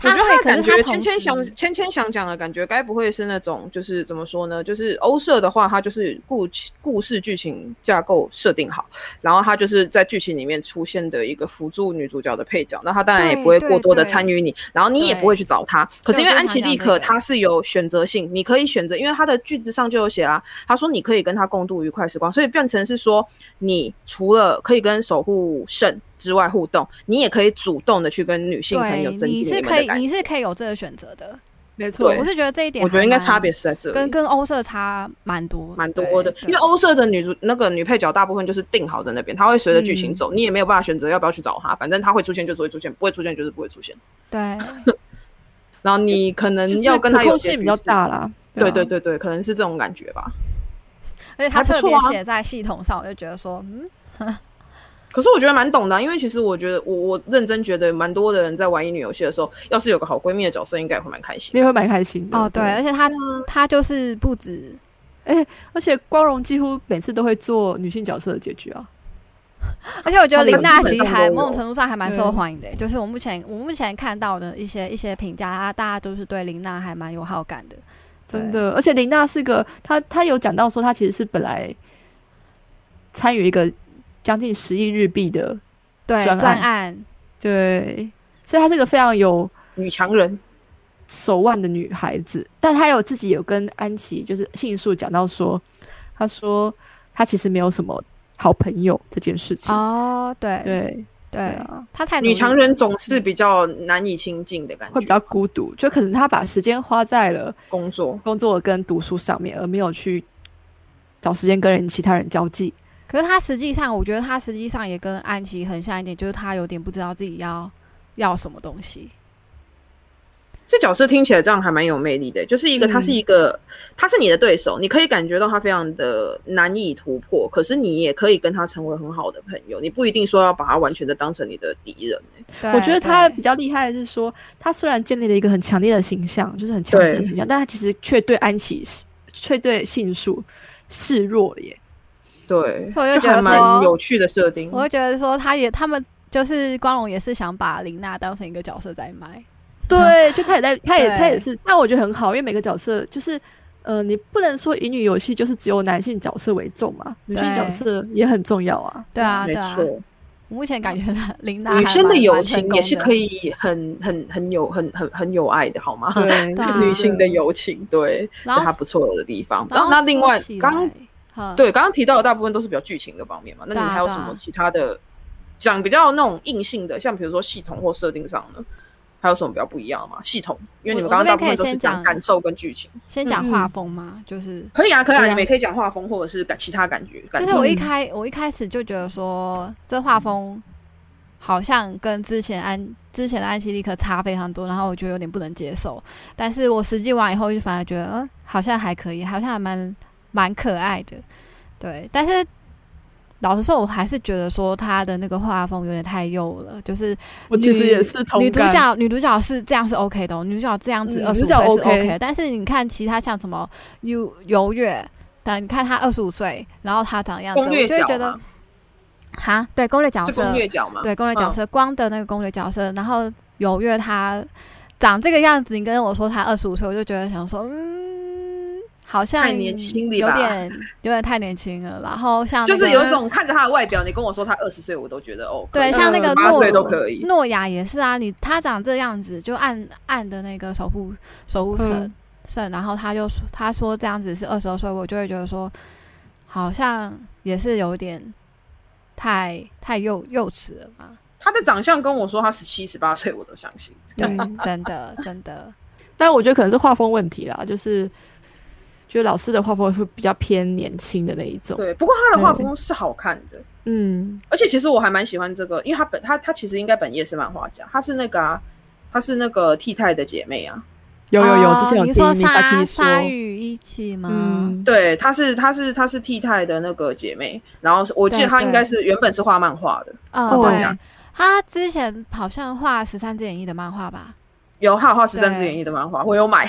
Speaker 3: 我
Speaker 2: 她
Speaker 3: 觉得
Speaker 2: 会，
Speaker 3: 他
Speaker 2: 可
Speaker 3: 感
Speaker 2: 是她
Speaker 3: 觉
Speaker 2: 同
Speaker 3: 芊芊
Speaker 2: 时
Speaker 3: 想芊芊想讲的感觉，该不会是那种就是怎么说呢？就是欧社的话，它就是故故事剧情架构设定好，然后它就是在剧情里面出现的一个辅助女主角的配角，那她当然也
Speaker 2: 对
Speaker 3: 不会
Speaker 2: 对
Speaker 3: 过多的
Speaker 2: 对
Speaker 3: 参与你，然后你也
Speaker 2: 对
Speaker 3: 不会去找她。可是因为
Speaker 2: 对我
Speaker 3: 安
Speaker 2: 就
Speaker 3: 琪
Speaker 2: 想
Speaker 3: 丽
Speaker 2: 讲
Speaker 3: 可
Speaker 2: 这个
Speaker 3: 她是有选择性，你可以选择，因为她的句子上就有写啊，她说你可以跟她共度愉快时光，所以变成是说你除了可以跟守护神之外互动，你也可以主动的去跟女性朋友
Speaker 2: 对，
Speaker 3: 增
Speaker 2: 你
Speaker 3: 进
Speaker 2: 是
Speaker 3: 们
Speaker 2: 可
Speaker 3: 的
Speaker 2: 以，
Speaker 3: 感
Speaker 2: 你是可以有这个选择的。
Speaker 1: 没错
Speaker 3: 对
Speaker 2: 我，是觉得这一点还蛮，
Speaker 3: 我觉得应该差别是在这
Speaker 2: 跟
Speaker 3: 里，
Speaker 2: 跟欧社差蛮多，
Speaker 3: 蛮多的
Speaker 2: 对。
Speaker 3: 因为欧社的女主那个女配角大部分就是定好在那边，她会随着剧情
Speaker 1: 嗯
Speaker 3: 走，你也没有办法选择要不要去找她，反正她会出现就是会出现，不会出现就是不会出现。
Speaker 2: 对
Speaker 3: 然后你可能
Speaker 1: 就是
Speaker 3: 要跟她
Speaker 1: 可
Speaker 3: 有
Speaker 1: 控
Speaker 3: 些
Speaker 1: 性比较大，啦。
Speaker 3: 对
Speaker 1: 啊
Speaker 3: 对，对对，可能是这种感觉吧。
Speaker 2: 对，而且他
Speaker 3: 还不
Speaker 2: 特
Speaker 3: 错
Speaker 2: 别
Speaker 3: 啊
Speaker 2: 写在系统上，我就觉得说，嗯，
Speaker 3: 可是我觉得蛮懂的啊、因为其实我觉得我我认真觉得蛮多的人在玩乙女游戏的时候，要是有个好闺蜜的角色，应该也会蛮开心
Speaker 1: 你。也会蛮开心的
Speaker 2: 哦对，而且他他就是不止，
Speaker 1: 而且光荣几乎每次都会做女性角色的结局啊，
Speaker 2: 而且我觉得
Speaker 3: 他们
Speaker 2: 林娜其
Speaker 3: 基本
Speaker 2: 实
Speaker 3: 上
Speaker 2: 还
Speaker 3: 都
Speaker 2: 某种
Speaker 3: 有
Speaker 2: 程度上还蛮受
Speaker 1: 对
Speaker 2: 欢迎的，就是我目前我目前看到的一些一些评价，啊大家大家都是对林娜还蛮有好感的，
Speaker 1: 真
Speaker 2: 对
Speaker 1: 的。而且林娜是个，她她有讲到说，她其实是本来参与一个将近十亿日币的，
Speaker 2: 对
Speaker 1: 专案
Speaker 2: 专案，
Speaker 1: 对，所以她是个非常有
Speaker 3: 女强人，
Speaker 1: 手腕的女孩子，但她有自己有跟安琪就是杏树讲到说，她说她其实没有什么好朋友这件事情。
Speaker 2: 哦，对
Speaker 1: 对
Speaker 2: 对，
Speaker 1: 对啊，
Speaker 2: 他太努
Speaker 3: 女
Speaker 2: 力
Speaker 3: 强
Speaker 2: 了
Speaker 3: 人总是比较难以亲近的感
Speaker 1: 会比
Speaker 3: 觉。
Speaker 1: 较孤独，就可能她把时间花在了
Speaker 3: 工作，
Speaker 1: 工作跟读书上面，而没有去找时间跟人其他人交际。
Speaker 2: 可是他实际上，我觉得他实际上也跟安琪很像一点，就是他有点不知道自己要要什么东西。
Speaker 3: 这角色听起来这样还蛮有魅力的，就是一个
Speaker 1: 嗯
Speaker 3: 他是一个他是你的对手，你可以感觉到他非常的难以突破，可是你也可以跟他成为很好的朋友，你不一定说要把他完全的当成你的敌人、欸
Speaker 2: 对
Speaker 1: 我觉得他
Speaker 2: 对
Speaker 1: 比较厉害的是说，他虽然建立了一个很强烈的形象，就是很强势的
Speaker 3: 对
Speaker 1: 形象，但他其实却对安琪是，却对杏树示弱了耶。
Speaker 3: 对，
Speaker 2: 所以我就觉
Speaker 3: 还
Speaker 2: 得说
Speaker 3: 蛮有趣的设定。
Speaker 2: 我会觉得说，他也他们就是光荣也是想把林娜当成一个角色在卖。
Speaker 1: 对，就他也在，他也他也
Speaker 2: 对
Speaker 1: 是，但我觉得很好，因为每个角色就是，呃，你不能说乙女游戏就是只有男性角色为重嘛，女性角
Speaker 2: 对
Speaker 1: 色也很重要啊。
Speaker 2: 对啊，
Speaker 3: 没
Speaker 2: 对啊。
Speaker 3: 错，
Speaker 2: 我目前感觉她林娜
Speaker 3: 女生的友情也是可
Speaker 2: 以。
Speaker 3: 以很很很有很很很有爱的，好吗？
Speaker 1: 对
Speaker 2: 对啊
Speaker 3: 女性的友情，对，
Speaker 2: 然
Speaker 3: 是她
Speaker 2: 后，
Speaker 3: 不错的地方。
Speaker 2: 然
Speaker 3: 然
Speaker 2: 后
Speaker 3: 后那另外
Speaker 2: 说起来
Speaker 3: 刚
Speaker 2: 嗯
Speaker 3: 对，刚刚提到的大部分都是比较剧情的方面嘛。那你
Speaker 2: 对啊
Speaker 3: 还有
Speaker 2: 对
Speaker 3: 什
Speaker 2: 啊
Speaker 3: 么其他的讲比较那种硬性的，像比如说系统或设定上呢，还有什么比较不一样吗？系统，因为你们
Speaker 2: 我
Speaker 3: 刚
Speaker 2: 我这边
Speaker 3: 刚大部
Speaker 2: 可以
Speaker 3: 分都是
Speaker 2: 先
Speaker 3: 讲
Speaker 2: 讲
Speaker 3: 感受跟剧情，
Speaker 2: 先
Speaker 1: 嗯
Speaker 2: 讲
Speaker 1: 嗯
Speaker 2: 画风嘛，就是
Speaker 3: 可以啊，可以啊，
Speaker 1: 对啊
Speaker 3: 你们也可以讲画风或者是感其他感觉感
Speaker 2: 就是
Speaker 3: 受嗯
Speaker 2: 我。一开我一开始就觉得说，这画风好像跟之前安之前的安西利克差非常多，然后我觉得有点不能接受。但是我实际玩以后，就反而觉得，嗯，好像还可以，好像还蛮蛮可爱的。对，但是老实说，我还是觉得说他的那个画风有点太幼了，就是
Speaker 1: 我其实
Speaker 2: 女
Speaker 1: 也是同
Speaker 2: 女主
Speaker 1: 感。
Speaker 2: 角女主角是这样是 OK 的、哦，女主角这样子
Speaker 1: 嗯
Speaker 2: 二
Speaker 1: 女
Speaker 2: 十
Speaker 1: 主
Speaker 2: 五
Speaker 1: 角
Speaker 2: 岁是
Speaker 1: OK
Speaker 2: OK，的但是你看其他像什么优优越，但你看她二十五岁，然后她长的样子，我
Speaker 3: 攻
Speaker 2: 就
Speaker 3: 略
Speaker 2: 会
Speaker 3: 角
Speaker 2: 觉得
Speaker 3: 嘛，
Speaker 2: 哈，对攻略角
Speaker 3: 是
Speaker 2: 色，
Speaker 3: 攻略嗯角嘛？
Speaker 2: 对攻略角色、光的那个攻略角色，然后优越她长这个样子，你跟我说她二十五岁，我就觉得想说，嗯，好像
Speaker 3: 太年轻了
Speaker 2: 有
Speaker 3: 吧
Speaker 2: 点有点太年轻了。然后像、那
Speaker 3: 就
Speaker 2: 个、
Speaker 3: 是有一种看着他的外表，你跟我说他二十岁，我都觉得哦，可以
Speaker 2: 对，像那个
Speaker 3: 18岁
Speaker 2: 诺
Speaker 3: 都可以。
Speaker 2: 诺亚也是啊，你他长这样子，就按按的那个守护守护神
Speaker 1: 嗯
Speaker 2: 神，然后他就说他说这样子是二十二岁，我就会觉得说，好像也是有点太太幼幼稚了嘛。
Speaker 3: 他的长相跟我说他十七、十八岁，我都相信。
Speaker 2: 对，真的真的，
Speaker 1: 但我觉得可能是画风问题啦，就是就老师的画风会比较偏年轻的那一种。
Speaker 3: 对，不过他的画风是好看的，
Speaker 1: 嗯，
Speaker 3: 而且其实我还蛮喜欢这个，因为他本他他其实应该本业是漫画家，他是那个啊，他是那个替太的姐妹啊，
Speaker 1: 有有有，
Speaker 2: 哦
Speaker 1: 之前有
Speaker 2: 你
Speaker 1: 听
Speaker 2: 说
Speaker 1: 米萨
Speaker 2: 鲨
Speaker 1: 提
Speaker 2: 鲨鱼一起吗？
Speaker 1: 嗯，
Speaker 3: 对，她是她是她是替太的那个姐妹，然后是我记得
Speaker 2: 对
Speaker 3: 她应该
Speaker 2: 对
Speaker 3: 是原本是画漫画的，
Speaker 2: 哦、
Speaker 1: 哦
Speaker 2: 对，他之前好像画十三只演义的漫画吧？
Speaker 3: 有还有画《十三只
Speaker 2: 对啊
Speaker 3: 演义》的漫画，我有买，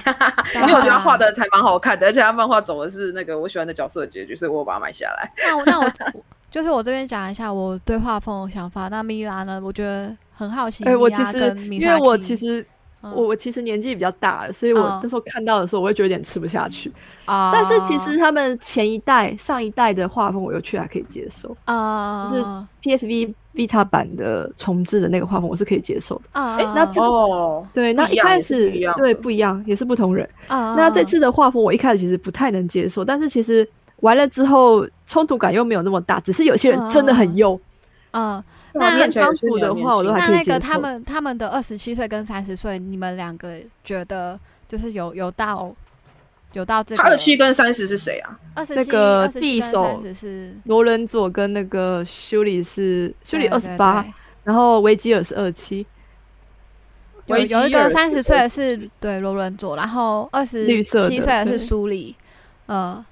Speaker 3: 因
Speaker 2: 因
Speaker 3: 为我觉得她画的才蛮好看的，而且她漫画走的是那个我喜欢的角色的结局，所以我有把它买下来。
Speaker 2: 那我那我我 就是我这边讲一下我对画风的想法。那米拉呢？我觉得很好奇。
Speaker 1: 哎、我其实因为我其
Speaker 2: 实
Speaker 1: 实
Speaker 2: 嗯
Speaker 1: 我我其实年纪比较大了，所以我
Speaker 2: 嗯
Speaker 1: 那时候看到的时候，我会觉得有点吃不下去。
Speaker 3: 哦
Speaker 2: 啊，
Speaker 1: 但是其实他们前一代、上一代的画风，我有去还可以接受。
Speaker 2: 啊，
Speaker 1: 就是PSV Vita 版的重置的那个画风，我是可以接受的。
Speaker 2: 啊，
Speaker 3: 哎
Speaker 1: 那这
Speaker 3: 哦，
Speaker 1: 对，那
Speaker 3: 不一
Speaker 1: 一
Speaker 3: 样
Speaker 1: 开
Speaker 3: 也是
Speaker 1: 始
Speaker 3: 不一样
Speaker 1: 对
Speaker 3: 的嗯
Speaker 1: 不一样，也是不同人。
Speaker 2: 啊
Speaker 1: 那这次的画风，我一开始其实不太能接受，但是其实玩了之后，冲突感又没有那么大。只是有些人真的
Speaker 3: 嗯
Speaker 1: 很优，
Speaker 2: 啊，
Speaker 3: 对啊
Speaker 2: 那
Speaker 3: 看起来有些
Speaker 1: 年长组的
Speaker 3: 比较年
Speaker 1: 话我都还
Speaker 3: 轻
Speaker 2: 那
Speaker 1: 可以
Speaker 2: 那
Speaker 1: 接
Speaker 2: 个
Speaker 1: 受
Speaker 2: 他们他们的二十七岁跟三十岁，你们两个觉得就是有有到有到这个
Speaker 3: 她二七跟三十是谁啊？
Speaker 2: 二十
Speaker 1: 那
Speaker 2: 七
Speaker 1: 个
Speaker 2: 27
Speaker 1: 地
Speaker 2: 跟
Speaker 1: 手
Speaker 2: 30是
Speaker 1: 罗伦佐跟那个修理是修理
Speaker 2: 对
Speaker 1: 二
Speaker 2: 对
Speaker 1: 十八，
Speaker 2: 对
Speaker 1: 然后维吉尔是二七，
Speaker 2: 有
Speaker 3: 维吉
Speaker 2: 有一
Speaker 3: 尔
Speaker 2: 个
Speaker 3: 是
Speaker 2: 三十岁的是对罗伦佐，然后二十
Speaker 1: 绿
Speaker 2: 七
Speaker 1: 色的
Speaker 2: 岁的
Speaker 1: 对
Speaker 2: 是苏里，呃，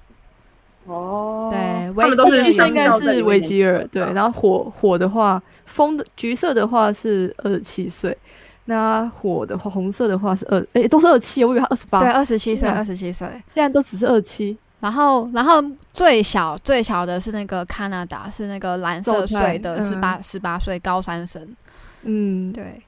Speaker 3: 哦，
Speaker 2: 对
Speaker 3: 他
Speaker 2: 维
Speaker 3: 们都
Speaker 2: 吉
Speaker 3: 是
Speaker 2: 尔
Speaker 1: 应
Speaker 3: 像
Speaker 2: 相
Speaker 1: 该
Speaker 3: 较这
Speaker 1: 是
Speaker 3: 里
Speaker 1: 维
Speaker 3: 面
Speaker 1: 吉尔
Speaker 3: 的
Speaker 2: 啊
Speaker 1: 对，然后火火的话，风的橘色的话是二十七岁，那火的话红色的话是二，哎、都是二七，我以为他二十八，
Speaker 2: 对，二啊十七岁，
Speaker 1: 天哪
Speaker 2: 二十七岁。
Speaker 1: 现在都只是二七，
Speaker 2: 然后，然后最小最小的是那个加拿大，是那个蓝色
Speaker 1: 皱太
Speaker 2: 水的
Speaker 1: 嗯
Speaker 2: 十八十八岁高三生。
Speaker 1: 嗯，
Speaker 2: 对，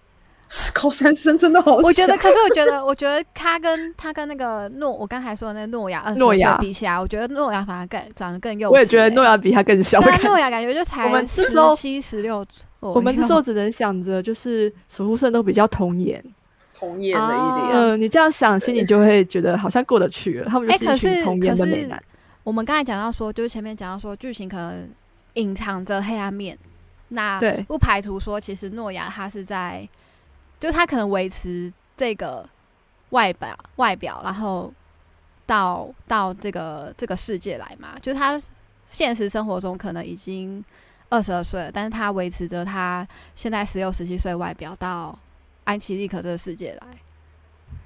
Speaker 3: 高三生真的好小，
Speaker 2: 我觉得，可是我觉得，我觉得他跟他跟那个诺，我刚才说的那个诺亚二十
Speaker 1: 诺
Speaker 2: 岁
Speaker 1: 亚
Speaker 2: 比起来，我觉得诺亚反而更长得更幼稚欸。
Speaker 1: 我也觉得诺亚比他更小的
Speaker 2: 对啊，
Speaker 1: 感
Speaker 2: 诺
Speaker 1: 觉。
Speaker 2: 亚感觉就才
Speaker 1: 我们这
Speaker 2: 十
Speaker 1: 时候
Speaker 2: 七十六左右。
Speaker 1: 我们这时候只能想着，就是守护圣都比较童颜，
Speaker 3: 童颜了一点。
Speaker 2: 啊
Speaker 1: 嗯、你这样想，心里就会觉得好像过得去了。他们就
Speaker 2: 哎
Speaker 1: 一
Speaker 2: 可
Speaker 1: 群
Speaker 2: 是
Speaker 1: 童
Speaker 2: 可
Speaker 1: 颜的
Speaker 2: 是
Speaker 1: 美男，
Speaker 2: 我们刚才讲到说，就是前面讲到说，剧情可能隐藏着黑暗面，那
Speaker 1: 对
Speaker 2: 不排除说，其实诺亚他是在，就他可能维持这个外表外表，然后到到这个这个世界来嘛，就是他现实生活中可能已经二十二岁了，但是他维持着他现在十六十七岁外表到安琪丽可这个世界来。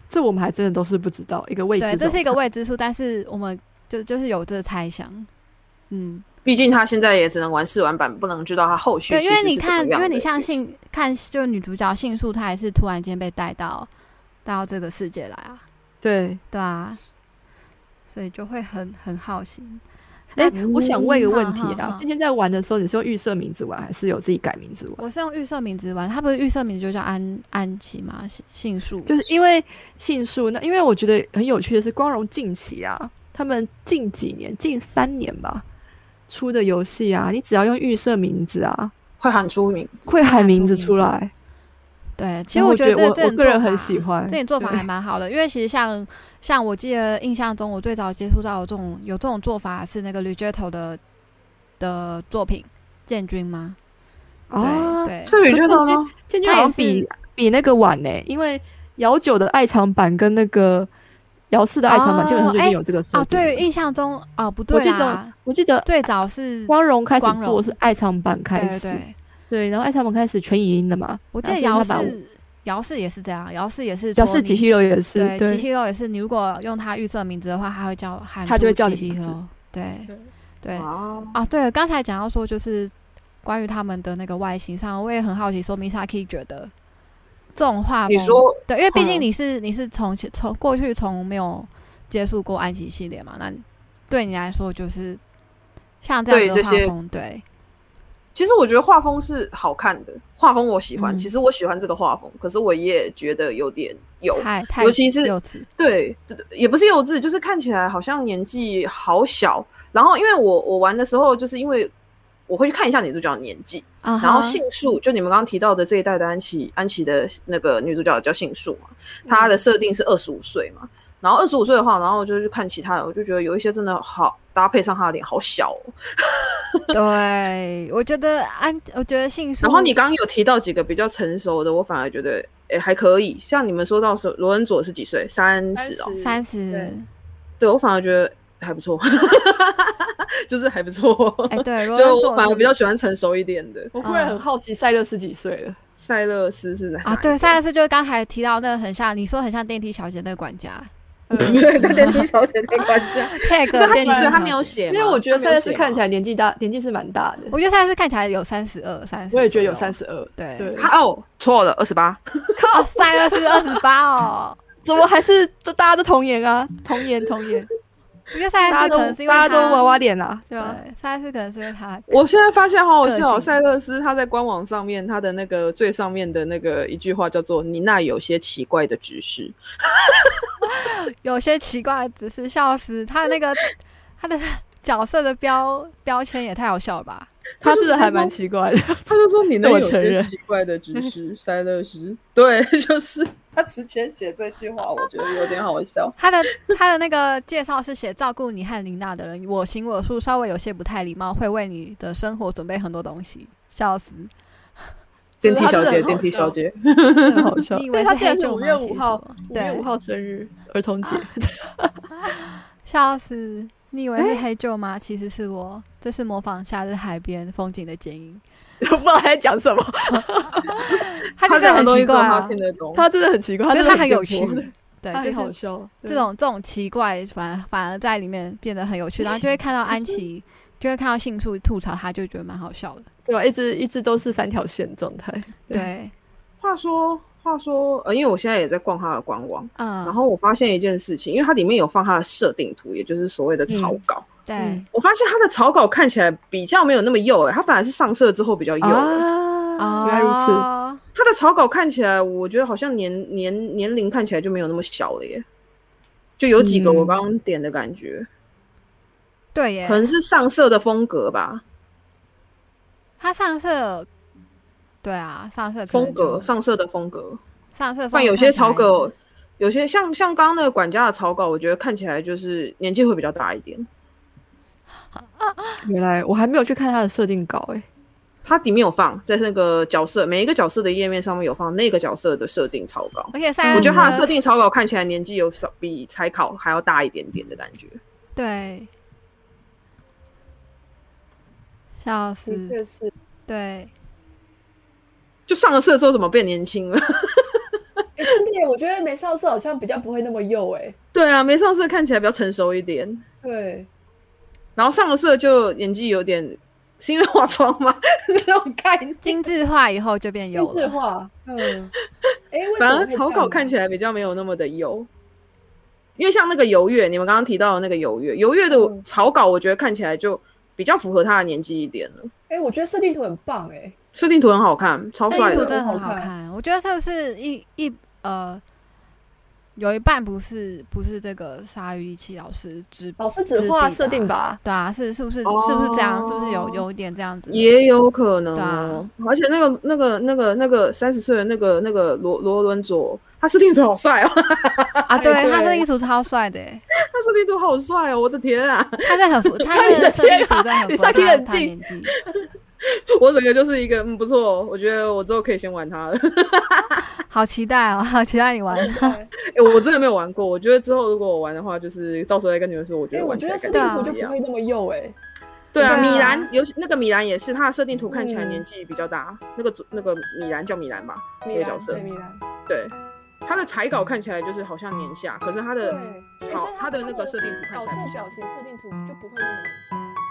Speaker 1: 这我们还真的都是不知道一个未知
Speaker 2: 对，
Speaker 1: 的。
Speaker 2: 这是一个未知数，但是我们就就是有这个猜想，嗯。
Speaker 3: 毕竟他现在也只能玩试玩版，不能知道他后续
Speaker 2: 对，
Speaker 3: 其
Speaker 2: 因
Speaker 3: 实
Speaker 2: 为
Speaker 3: 是
Speaker 2: 你
Speaker 3: 怎么
Speaker 2: 看，因
Speaker 3: 样
Speaker 2: 为
Speaker 3: 的
Speaker 2: 你像
Speaker 3: 结局
Speaker 2: 杏看，就是女主角杏树，她也是突然间被带到到这个世界来啊，
Speaker 1: 对，
Speaker 2: 对啊，所以就会很很好奇。
Speaker 1: 哎、我想问一个问题
Speaker 2: 嗯好好
Speaker 1: 啊
Speaker 2: 好，
Speaker 1: 今天在玩的时候，你是用预设名字玩，还是有自己改名字玩？
Speaker 2: 我是用预设名字玩，她不是预设名字就叫安安琪吗？杏杏树
Speaker 1: 就是因为杏树，那因为我觉得很有趣的是，光荣近期啊，他们近几年，近三年吧。出的游戏啊，你只要用预设名字啊，
Speaker 3: 会喊出名，
Speaker 1: 会喊名字
Speaker 2: 出名
Speaker 1: 出
Speaker 2: 字
Speaker 1: 来。
Speaker 2: 对，其实
Speaker 1: 然后我
Speaker 2: 觉得这
Speaker 1: 我
Speaker 2: 这
Speaker 1: 我
Speaker 2: 种
Speaker 1: 个人
Speaker 2: 做
Speaker 1: 很
Speaker 2: 法
Speaker 1: 喜欢
Speaker 2: 这。种做法还蛮好的，因为其实像像我记得印象中，我最早接触到有这种有这种做法是那个 Rigetto 的的作品《建军》吗？
Speaker 1: 啊，
Speaker 2: 对对，
Speaker 3: 所以你觉得呢？
Speaker 1: 千钧
Speaker 2: 它
Speaker 1: 好像
Speaker 2: 也
Speaker 1: 比
Speaker 2: 是
Speaker 1: 比那个晚呢、因为姚九的爱藏版跟那个姚四的爱藏版
Speaker 2: 哦
Speaker 1: 基本上就已经
Speaker 2: 哎
Speaker 1: 有这个设
Speaker 2: 啊，
Speaker 1: 定了、
Speaker 2: 对，印象中哦不
Speaker 1: 我
Speaker 2: 对
Speaker 1: 记
Speaker 2: 啊
Speaker 1: 得，我记得
Speaker 2: 最早是
Speaker 1: 光荣开始
Speaker 2: 光
Speaker 1: 做
Speaker 2: 荣
Speaker 1: 是爱藏版开
Speaker 2: 对
Speaker 1: 始，
Speaker 2: 对，
Speaker 1: 对然后爱藏版开始全影音了嘛，
Speaker 2: 我记得
Speaker 1: 然
Speaker 2: 姚
Speaker 1: 后啊所以他把
Speaker 2: 氏姚氏也是这样，姚氏也是
Speaker 1: 姚
Speaker 2: 说
Speaker 1: 四
Speaker 2: 你
Speaker 1: 吉希柔也是
Speaker 2: 对，
Speaker 1: 对
Speaker 2: 七七肉也是，你如果用他预设名字的话，他会叫喊
Speaker 1: 他就
Speaker 2: 出
Speaker 1: 会叫
Speaker 2: 七
Speaker 1: 你
Speaker 2: 七
Speaker 1: 名字
Speaker 2: 肉，哦对
Speaker 1: 对
Speaker 2: 对
Speaker 3: 哦，
Speaker 2: 啊，对了，刚才讲到说就是关于他们的那个外形上，我也很好奇，说 Misaki 觉得这种画
Speaker 3: 你
Speaker 2: 风，
Speaker 3: 说
Speaker 2: 对，因为毕竟
Speaker 1: 嗯
Speaker 2: 你是、你是从前从过去从没有接触过安琪系列嘛，那对你来说就是像这
Speaker 3: 对
Speaker 2: 样子的
Speaker 3: 这
Speaker 2: 画
Speaker 3: 些
Speaker 2: 风，对，
Speaker 3: 其实我觉得画风是好看的，画风我喜欢。
Speaker 2: 嗯
Speaker 3: 其实我喜欢这个画风，可是我也觉得有点油，
Speaker 2: 太太
Speaker 3: 尤其是
Speaker 2: 幼稚，
Speaker 3: 对，也不是幼稚，就是看起来好像年纪好小。然后因为我我玩的时候，就是因为我会去看一下女主角的年纪，
Speaker 2: 啊
Speaker 3: 然后
Speaker 2: 哈
Speaker 3: 杏树，就你们刚刚提到的这一代的安琪，安琪的那个女主角叫杏树嘛，她的设定是二十五岁嘛。然后二十五岁的话，然后我就去看其他人，我就觉得有一些真的好搭配上她的脸好小、哦。
Speaker 2: 对，我觉得安，我觉得杏树，
Speaker 3: 然后你刚刚有提到几个比较成熟的，我反而觉得诶还可以。像你们说到是罗恩佐是几岁？三十哦。
Speaker 2: 三十
Speaker 3: 对。对我反而觉得还不错， 就是还不错。
Speaker 2: 哎， 对，罗
Speaker 3: 就
Speaker 2: 恩
Speaker 3: 我
Speaker 2: 佐
Speaker 3: 反而
Speaker 2: 是
Speaker 3: 比较喜欢成熟一点的。
Speaker 1: 我忽然
Speaker 2: 嗯
Speaker 1: 很好奇，塞勒斯几岁了？
Speaker 3: 塞勒斯是哪一
Speaker 2: 啊，
Speaker 3: 个
Speaker 2: 对，上一次就是刚才提到那个很像，你说很像电梯小姐那个管家
Speaker 3: 对对电梯 小姐的管家。
Speaker 2: ，tag
Speaker 3: 对他
Speaker 2: 电
Speaker 3: 几
Speaker 2: 梯
Speaker 3: 岁？
Speaker 2: 小
Speaker 3: 他没有
Speaker 2: 姐，
Speaker 3: 写
Speaker 1: 因为
Speaker 3: 吗，
Speaker 1: 我觉得
Speaker 3: 他
Speaker 1: 塞
Speaker 3: 没
Speaker 1: 勒
Speaker 3: 有
Speaker 1: 斯
Speaker 3: 写吗
Speaker 1: 看起来年纪大，年纪是蛮大的。
Speaker 2: 我觉得上一次看起来有三十二、三十，
Speaker 1: 我也觉得有三，十二，
Speaker 2: 对，
Speaker 1: 对
Speaker 3: 他哦错了，二十八。
Speaker 2: 哦，塞勒是二十八哦，
Speaker 1: 怎么还是就大家都童颜啊？童颜童 颜，
Speaker 2: 我觉得塞
Speaker 1: 大
Speaker 2: 勒
Speaker 1: 家
Speaker 2: 斯
Speaker 1: 都
Speaker 2: 可能是因为
Speaker 1: 大家都
Speaker 2: 他
Speaker 1: 娃娃，脸啦，对啊吧？
Speaker 2: 对，啊塞勒斯可能是因为他，
Speaker 3: 我现在发现好好笑
Speaker 2: 个性
Speaker 3: 哦，塞勒斯他在官网上面他的那个最上面的那个一句话叫做“你那有些奇怪的指示”。
Speaker 2: 有些奇怪，只是笑死他的那个他的角色的标标签也太好笑了吧？
Speaker 1: 他真的还蛮 奇怪的，
Speaker 3: 他就说你那
Speaker 1: 对我
Speaker 3: 有
Speaker 1: 承
Speaker 3: 些
Speaker 1: 认
Speaker 3: 奇怪的知识， 塞勒斯。对，就是他之前写这句话，我觉得有点好笑。
Speaker 2: 他的 他的那个介绍是写照顾你和琳娜的人，我行我素，稍微有些不太礼貌，会为你的生活准备很多东西，笑死！
Speaker 3: 电梯
Speaker 1: 他
Speaker 3: 小姐，
Speaker 1: 真的很好
Speaker 3: 电梯小姐，
Speaker 1: 很好笑。
Speaker 2: 你以为
Speaker 1: 因他
Speaker 2: 是
Speaker 1: 竟然
Speaker 2: 黑
Speaker 1: 是
Speaker 2: 舅
Speaker 1: 五
Speaker 2: 吗
Speaker 1: 月
Speaker 2: 其
Speaker 1: 五
Speaker 2: 实
Speaker 1: 号，
Speaker 2: 我
Speaker 1: 五月
Speaker 2: 对
Speaker 1: 五号生日，儿童节。
Speaker 2: 笑死！你以为是黑舅吗？其实是我，这是模仿夏日海边风景的剪 影。
Speaker 1: 我不知道他在讲什么，
Speaker 2: 他真的
Speaker 3: 讲的
Speaker 2: 很
Speaker 3: 东西
Speaker 2: 奇
Speaker 3: 只有
Speaker 2: 怪
Speaker 3: 他
Speaker 2: 啊
Speaker 3: 听，得 懂。
Speaker 1: 他真的很奇怪，
Speaker 2: 可
Speaker 1: 真
Speaker 2: 是
Speaker 1: 的
Speaker 2: 他很有
Speaker 1: 活
Speaker 2: 趣， 对
Speaker 1: 他，
Speaker 2: 就
Speaker 1: 很好
Speaker 2: 是
Speaker 1: 笑。对
Speaker 2: 这种这种奇怪，反而反而在里面变得很有趣，然后就会看到安琪， 就会看到杏树吐槽他，就觉得蛮好笑的。
Speaker 1: 对吧？啊一直一直都是三条线状态。对
Speaker 2: 对，
Speaker 3: 话说，话说，呃，因为我现在也在逛他的官网，
Speaker 2: 嗯，
Speaker 3: 然后我发现一件事情，因为它里面有放他的设定图，也就是所谓的草稿。
Speaker 2: 对
Speaker 1: 嗯
Speaker 3: 我发现他的草稿看起来比较没有那么幼、欸，它反而是上色之后比较幼、欸。
Speaker 1: 啊
Speaker 2: 哦，
Speaker 1: 原来如此。
Speaker 3: 他的草稿看起来，我觉得好像年年年龄看起来就没有那么小了耶，就有几个
Speaker 1: 嗯
Speaker 3: 我刚刚点的感觉，
Speaker 2: 对耶
Speaker 3: 可，能是上色的风格吧，
Speaker 2: 他上色，对啊，上色可能
Speaker 3: 风格
Speaker 2: 就
Speaker 3: 上色的风格。
Speaker 2: 上色，
Speaker 3: 但有些草稿，有些像像刚刚那个管家的草稿，我觉得看起来就是年纪会比较大一点。
Speaker 1: 原来我还没有去看他的设定稿哎、
Speaker 3: 它里面有放在那个角色每一个角色的页面上面有放那个角色的设定草稿，
Speaker 2: 而且塞勒
Speaker 3: 我觉得他的
Speaker 2: 斯
Speaker 3: 设定草稿看起来年纪有少比彩考还要大一点点的感觉。
Speaker 2: 对，笑
Speaker 1: 嗯
Speaker 2: 死，
Speaker 1: 是，
Speaker 2: 对，
Speaker 3: 就上了色之后怎么变年轻了？
Speaker 1: 哎真的耶，我觉得没上色好像比较不会那么幼哎、
Speaker 3: 对啊，没上色看起来比较成熟一点，
Speaker 1: 对，
Speaker 3: 然后上了色就年纪有点，是因为化妆吗？那种概念。
Speaker 2: 精致化以后就变有
Speaker 1: 字
Speaker 2: 了。
Speaker 1: 化，嗯，哎、
Speaker 3: 反而草稿看起
Speaker 1: 来
Speaker 3: 来比较没有那么的油，因为像那个游月，你们刚刚提到的那个游月，游月的
Speaker 1: 嗯
Speaker 3: 草稿我觉得看起来就比较符合他的年纪一点了。
Speaker 1: 哎、我觉得设定图很棒哎、
Speaker 3: 设定图很好看，超
Speaker 2: 哎那
Speaker 3: 帅哦
Speaker 2: 衣服
Speaker 1: 色
Speaker 2: 真
Speaker 3: 的。
Speaker 2: 的很
Speaker 1: 好
Speaker 2: 好
Speaker 1: 看
Speaker 2: 看，我觉得是不是一一呃，有一半不是不是这个鲨鱼一起老师直
Speaker 3: 哦
Speaker 1: 老师只画设定吧，
Speaker 2: 对啊，是是不是是不是这样？是不是有
Speaker 3: 哦
Speaker 2: 有一点这样子的？
Speaker 3: 也有可能
Speaker 2: 对
Speaker 3: 哦
Speaker 2: 啊，
Speaker 3: 而且那个、那个、那个、那个三十岁的那个、那个罗罗伦佐，他设定图好帅哦，
Speaker 2: 啊，对，
Speaker 1: 对
Speaker 2: 他这衣服超帅的耶，
Speaker 3: 他设定图好帅哦，我的天啊！
Speaker 2: 他是很符，他
Speaker 1: 看你
Speaker 2: 的
Speaker 1: 的
Speaker 2: 设计
Speaker 1: 天
Speaker 2: 图
Speaker 1: 啊
Speaker 2: 真的很
Speaker 1: 你
Speaker 2: 符合
Speaker 1: 上天
Speaker 2: 他
Speaker 1: 很
Speaker 2: 他的
Speaker 1: 近
Speaker 2: 年纪。
Speaker 3: 我整个就是一个嗯不错，我觉得我之后可以先玩它了。
Speaker 2: 好期待哦，好期待你玩。
Speaker 3: 哎、我我真的没有玩过，我觉得之后如果我玩的话，就是到时候再跟你们说，我觉
Speaker 4: 哎，
Speaker 3: 得
Speaker 4: 我
Speaker 3: 玩起
Speaker 4: 觉
Speaker 3: 来
Speaker 4: 得
Speaker 3: 感
Speaker 4: 设
Speaker 3: 觉
Speaker 4: 定
Speaker 2: 对啊
Speaker 4: 组
Speaker 3: 怎
Speaker 4: 就
Speaker 3: 么样
Speaker 4: 不会。那么幼哎、
Speaker 1: 欸
Speaker 3: 对
Speaker 2: 对
Speaker 3: 啊，
Speaker 2: 啊
Speaker 3: 米兰，尤其那个米兰也是，他的设定图看起来
Speaker 4: 嗯
Speaker 3: 年纪比较大，那个组那个米兰叫米兰吧，那
Speaker 4: 米
Speaker 3: 个角
Speaker 4: 兰
Speaker 3: 色
Speaker 1: 啊
Speaker 4: 对，米兰，
Speaker 3: 对，他的彩稿看起来就是好像年下，可是他
Speaker 4: 对
Speaker 3: 的
Speaker 4: 哎
Speaker 3: 好
Speaker 4: 但，
Speaker 3: 他的那个
Speaker 4: 的
Speaker 3: 设定图看起来
Speaker 4: 角色
Speaker 3: 很像
Speaker 4: 表情设定图就不会那么年轻。